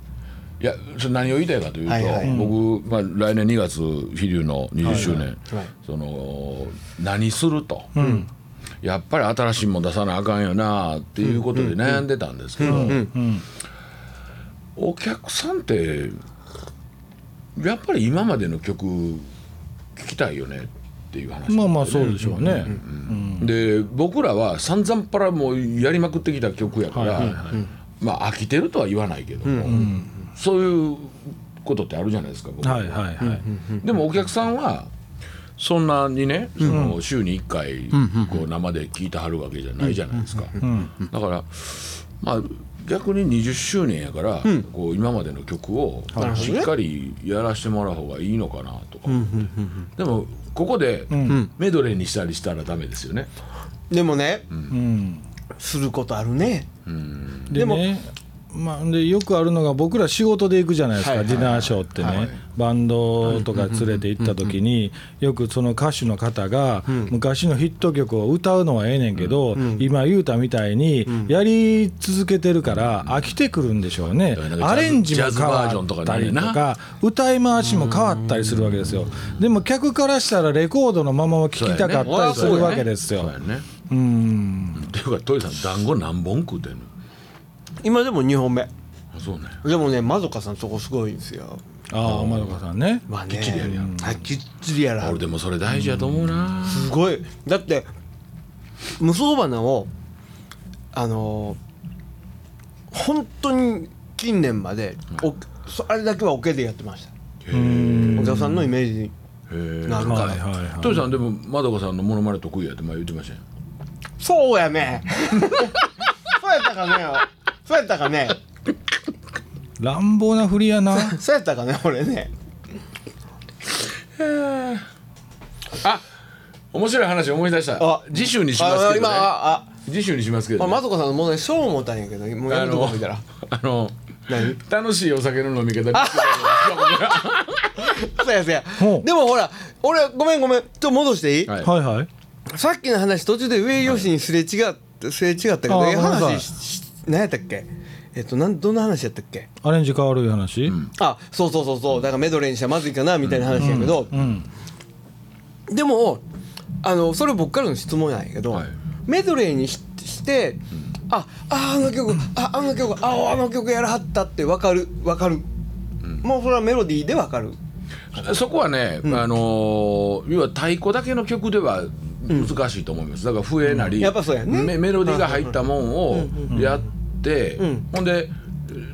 [SPEAKER 3] いやそれ何を言いたいかというと、
[SPEAKER 2] はいはい
[SPEAKER 3] 僕、まあ、来年2月飛龍の20周年、
[SPEAKER 2] はい
[SPEAKER 3] その何すると、やっぱり新しいもん出さなあかんよなっていうことで悩んでたんですけど、
[SPEAKER 1] うん
[SPEAKER 3] お客さんってやっぱり今までの曲聴きたいよねっていう話、
[SPEAKER 1] まあまあそうでしょうね、
[SPEAKER 3] で僕らは散々パラもうやりまくってきた曲やから、
[SPEAKER 1] はいはい
[SPEAKER 3] まあ飽きてるとは言わないけども、そういうことってあるじゃないですか僕ら
[SPEAKER 1] はいはいはい、
[SPEAKER 3] でもお客さんはそんなにね、その週に1回こう生で聞いてはるわけじゃないじゃないですか、だからまあ逆に20周年やから、こう今までの曲をしっかりやらしてもらう方がいいのかなとか、でもここでメドレーにしたりしたらダメですよね、
[SPEAKER 2] でもね
[SPEAKER 1] うん
[SPEAKER 2] することあるね
[SPEAKER 1] でねまあ、でよくあるのが僕ら仕事で行くじゃないですか、
[SPEAKER 2] はいはいはい
[SPEAKER 1] ディナーショーってね、バンドとか連れて行った時によくその歌手の方が昔のヒット曲を歌うのはええねんけど、今言うたみたいにやり続けてるから飽きてくるんでしょうね、
[SPEAKER 3] だからなんか
[SPEAKER 1] ア
[SPEAKER 3] ジャズ
[SPEAKER 1] レンジも
[SPEAKER 3] ジャズ
[SPEAKER 1] 変
[SPEAKER 3] バ
[SPEAKER 1] わ
[SPEAKER 3] ージョンとか
[SPEAKER 1] っ
[SPEAKER 3] に
[SPEAKER 1] た
[SPEAKER 3] なる
[SPEAKER 1] り
[SPEAKER 3] よ
[SPEAKER 1] と
[SPEAKER 3] な
[SPEAKER 1] か歌い回しも変わったりするわけですよでも客からしたらレコードのままを聴きたかったりするわけですよ。
[SPEAKER 3] そうやね
[SPEAKER 1] うん
[SPEAKER 3] っていうかトイさん団子何本食うてんの
[SPEAKER 2] 今でも2本目
[SPEAKER 3] あそうね
[SPEAKER 2] でもねまどかさんそこすごいんですよ
[SPEAKER 1] ああまどかさんね
[SPEAKER 2] まあね
[SPEAKER 3] きっちりやるやん
[SPEAKER 2] はいきっちりやるはる
[SPEAKER 3] 俺でもそれ大事やと思うな、
[SPEAKER 2] すごいだって無双花をあのー本当に近年までおそあれだけはオケでやってましたお客さんのイメージ
[SPEAKER 3] へえ
[SPEAKER 2] になるから、
[SPEAKER 1] はいはいはい
[SPEAKER 3] トイさんでもまどかさんのモノマネ得意やって前言ってましたよ
[SPEAKER 2] そうやね そうやったかねそうやったかね
[SPEAKER 1] 乱暴な振りやな
[SPEAKER 2] そうやったかね俺ね
[SPEAKER 3] あ面白い話思い出した
[SPEAKER 2] あ
[SPEAKER 3] 次週にしますけ
[SPEAKER 2] あ
[SPEAKER 3] ど
[SPEAKER 2] 今
[SPEAKER 3] ね
[SPEAKER 2] あ
[SPEAKER 3] 次週にしますけ
[SPEAKER 2] あ
[SPEAKER 3] ど、
[SPEAKER 2] あ
[SPEAKER 3] ね
[SPEAKER 2] まどかさんの問題そう思ったんやけどもうや
[SPEAKER 3] あ
[SPEAKER 2] めとこ
[SPEAKER 3] の
[SPEAKER 2] うみた いな
[SPEAKER 3] あの
[SPEAKER 2] 何
[SPEAKER 3] 楽しいお酒の飲み方
[SPEAKER 2] そうやそうや
[SPEAKER 1] ほう
[SPEAKER 2] でもほら俺ごめんごめんちょっと戻していい、
[SPEAKER 3] はい
[SPEAKER 1] はいはい
[SPEAKER 2] さっきの話途中で上吉にすれ違った、すれ違ったけど
[SPEAKER 1] あー
[SPEAKER 2] ええ
[SPEAKER 1] ごめんな
[SPEAKER 2] 話
[SPEAKER 1] さ
[SPEAKER 2] しし何やったっけえっとなんどんな話やったっけ
[SPEAKER 1] アレンジ変わるいう話、
[SPEAKER 2] あそうそうそうそうだからメドレーにしたらまずいかなみたいな話やけど、
[SPEAKER 1] うん
[SPEAKER 2] でもあのそれ僕からの質問なんやけど、
[SPEAKER 3] はい
[SPEAKER 2] メドレーにしして、あああの曲ああの曲ああの曲やらはったって分かる分かる、もうそれはメロディーで分かる
[SPEAKER 3] そこはね、あのー要は太鼓だけの曲では難しいと思います、だから笛なり、
[SPEAKER 2] やっぱそうやね
[SPEAKER 3] メメロディーが入ったもんをやって、
[SPEAKER 2] ん
[SPEAKER 3] ほんで、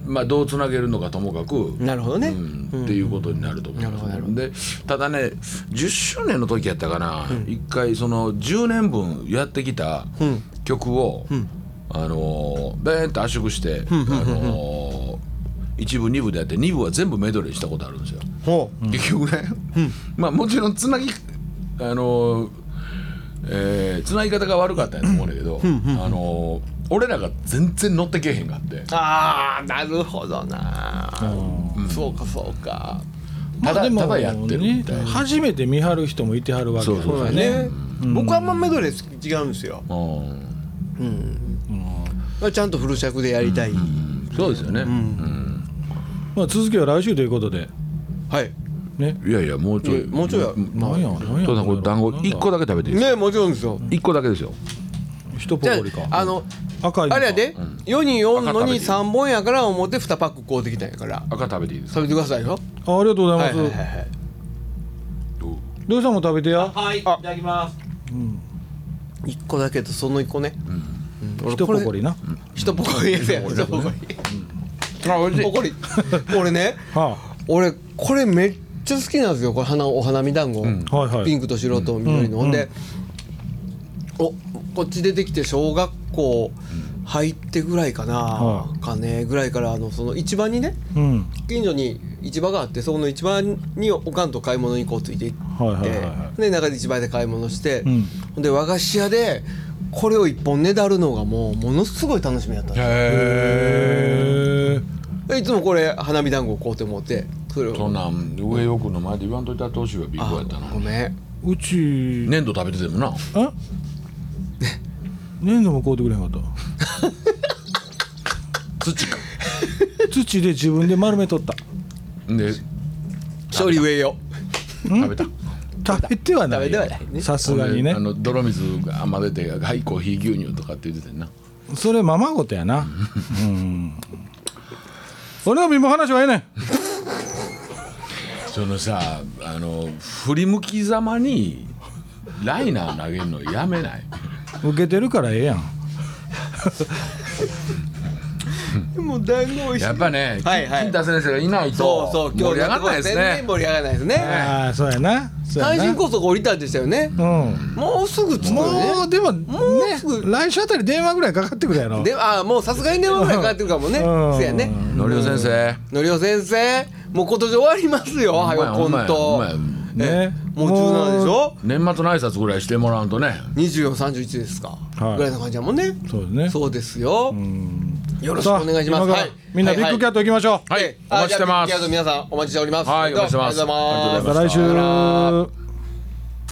[SPEAKER 3] まあ、どうつなげるのかともかく、
[SPEAKER 2] なるほどね、
[SPEAKER 3] うんっていうことになると思います、でただね10周年の時やったかな、一回その10年分やってきた
[SPEAKER 2] ん
[SPEAKER 3] 曲を、あのーベーンと圧縮して、あのー一部二部でやって二部は全部メドレーしたことあるんですよ。
[SPEAKER 2] ほ
[SPEAKER 3] 結局ね、まあもちろんつなぎあのーえーつなぎ方が悪かったんやと思うんだけど、あのー俺らが全然乗ってけへんがあって
[SPEAKER 2] うああなるほどな、そうかそうか
[SPEAKER 3] ただ,、
[SPEAKER 1] でも
[SPEAKER 3] ただやってるみたいな。
[SPEAKER 1] 初めて見張る人もいてはるわけやから
[SPEAKER 3] そう
[SPEAKER 2] そうだね、僕はあんまメドレー違うんですよ
[SPEAKER 3] うん
[SPEAKER 2] ちゃんとフル尺でやりたい、
[SPEAKER 3] そうですよね、
[SPEAKER 1] まあ、続きは来週ということで
[SPEAKER 2] はい
[SPEAKER 1] ね
[SPEAKER 3] いやいやもうちょい
[SPEAKER 2] えもうちょいや
[SPEAKER 1] なんやなんや
[SPEAKER 3] ただこれ団子
[SPEAKER 1] なんだ
[SPEAKER 3] 一個だけ食べていいです
[SPEAKER 2] ねもちろんですよ
[SPEAKER 3] 一個だけですよ
[SPEAKER 1] 一ポ
[SPEAKER 2] じゃ
[SPEAKER 1] コリか
[SPEAKER 2] ああの
[SPEAKER 1] 赤いのか
[SPEAKER 2] あれやで4人おんの
[SPEAKER 3] 赤食べ
[SPEAKER 2] に
[SPEAKER 3] て
[SPEAKER 2] 3本やから表2パック買うてきたんやから
[SPEAKER 3] 赤食べていいですか
[SPEAKER 2] 食べてくださいよ
[SPEAKER 1] あありがとうござ
[SPEAKER 2] はいい
[SPEAKER 1] ま
[SPEAKER 2] はい
[SPEAKER 1] す、
[SPEAKER 2] はいはい
[SPEAKER 1] どうしたも食べてや
[SPEAKER 4] はい、いただきます。
[SPEAKER 2] 1個だけとその1個ねうん俺
[SPEAKER 1] 一
[SPEAKER 2] これ
[SPEAKER 1] ポコリな、
[SPEAKER 2] 一ポコリやつや一ポコ
[SPEAKER 3] あ美味
[SPEAKER 2] リポ
[SPEAKER 3] しい
[SPEAKER 2] コリ 俺ね
[SPEAKER 1] は
[SPEAKER 2] 俺これめっちゃ好きなんですよこれ花お花見団子、
[SPEAKER 1] はいはい
[SPEAKER 2] ピンクと白と緑の、ほんで、おこっち出てきて小学校入ってぐらいかな、
[SPEAKER 1] は
[SPEAKER 2] かねぐらいからあのその市場にね
[SPEAKER 1] あ、うん
[SPEAKER 2] 近所に市場があってそこの市場におかんと買い物にこうついていって、
[SPEAKER 1] はいはいはいは
[SPEAKER 2] で中で市場で買い物して、
[SPEAKER 1] ん
[SPEAKER 2] ほんで和菓子屋でこれを一本ねだるのがもうものすごい楽しみやったんです
[SPEAKER 1] へえ
[SPEAKER 2] でいつもこれ花見団子を買うて思ってそれを
[SPEAKER 3] そんなん上奥の前で言わんといたってほしいわビッグやった
[SPEAKER 2] あ
[SPEAKER 3] な
[SPEAKER 2] ごめん
[SPEAKER 1] うち、
[SPEAKER 3] 粘土食べててもな
[SPEAKER 1] え粘土も買うてくれへんか った
[SPEAKER 3] 土か
[SPEAKER 1] 土で自分で丸めとった
[SPEAKER 3] で
[SPEAKER 2] 勝利上よ
[SPEAKER 3] 食べた
[SPEAKER 1] 食べてはないよ
[SPEAKER 2] 食べてはないね
[SPEAKER 1] さすがにね
[SPEAKER 3] ほんであの泥水が甘出て「はいコーヒー牛乳」とかって言っててんな
[SPEAKER 1] それままごとやなうん俺の貧乏話はええねん
[SPEAKER 3] そのさあの振り向きざまにライナー投げるのやめない
[SPEAKER 1] 受けてるからええやん
[SPEAKER 2] もう団子美味しい
[SPEAKER 3] やっぱね、
[SPEAKER 2] はいはい
[SPEAKER 3] 金田先生がいない
[SPEAKER 2] そ
[SPEAKER 3] と
[SPEAKER 2] うそう
[SPEAKER 3] 盛り上がらないです
[SPEAKER 2] 全
[SPEAKER 3] ね
[SPEAKER 2] 然盛り上がらないですね
[SPEAKER 1] ああそうやなそうや
[SPEAKER 2] 阪
[SPEAKER 1] な
[SPEAKER 2] 神高速降りたんでしたよね
[SPEAKER 1] うん
[SPEAKER 2] もうすぐ着く
[SPEAKER 1] も
[SPEAKER 2] よ
[SPEAKER 1] うでも
[SPEAKER 2] うすぐ
[SPEAKER 1] ね来週あたり電話ぐらいかかってくれやろ
[SPEAKER 2] ねであもうさすがに電話ぐらいかかってるかもね
[SPEAKER 1] うん
[SPEAKER 2] せやね
[SPEAKER 3] のりお先生
[SPEAKER 2] のりお先生もう今年終わりますよはよコ
[SPEAKER 3] ほんま
[SPEAKER 2] ン
[SPEAKER 3] や
[SPEAKER 2] ト
[SPEAKER 3] ほんまやほんまや
[SPEAKER 1] ね
[SPEAKER 2] もう17でしょ
[SPEAKER 3] 年末の挨拶ぐらいしてもらうとね
[SPEAKER 2] 2431ですか
[SPEAKER 1] はい
[SPEAKER 2] ぐらいの感じだもんね
[SPEAKER 1] そうですね
[SPEAKER 2] そうですよよろしく
[SPEAKER 1] さあ
[SPEAKER 2] お願いします
[SPEAKER 1] 今から
[SPEAKER 2] はい
[SPEAKER 1] みんなビッグキャット行きましょう
[SPEAKER 3] はいお待ちしてます
[SPEAKER 2] あじゃあビッグキャット皆さんお待ちしております
[SPEAKER 3] はいお待ちしてます
[SPEAKER 2] どうもありがとうございます
[SPEAKER 3] ありがとうござ
[SPEAKER 1] ま
[SPEAKER 3] いました
[SPEAKER 1] た来週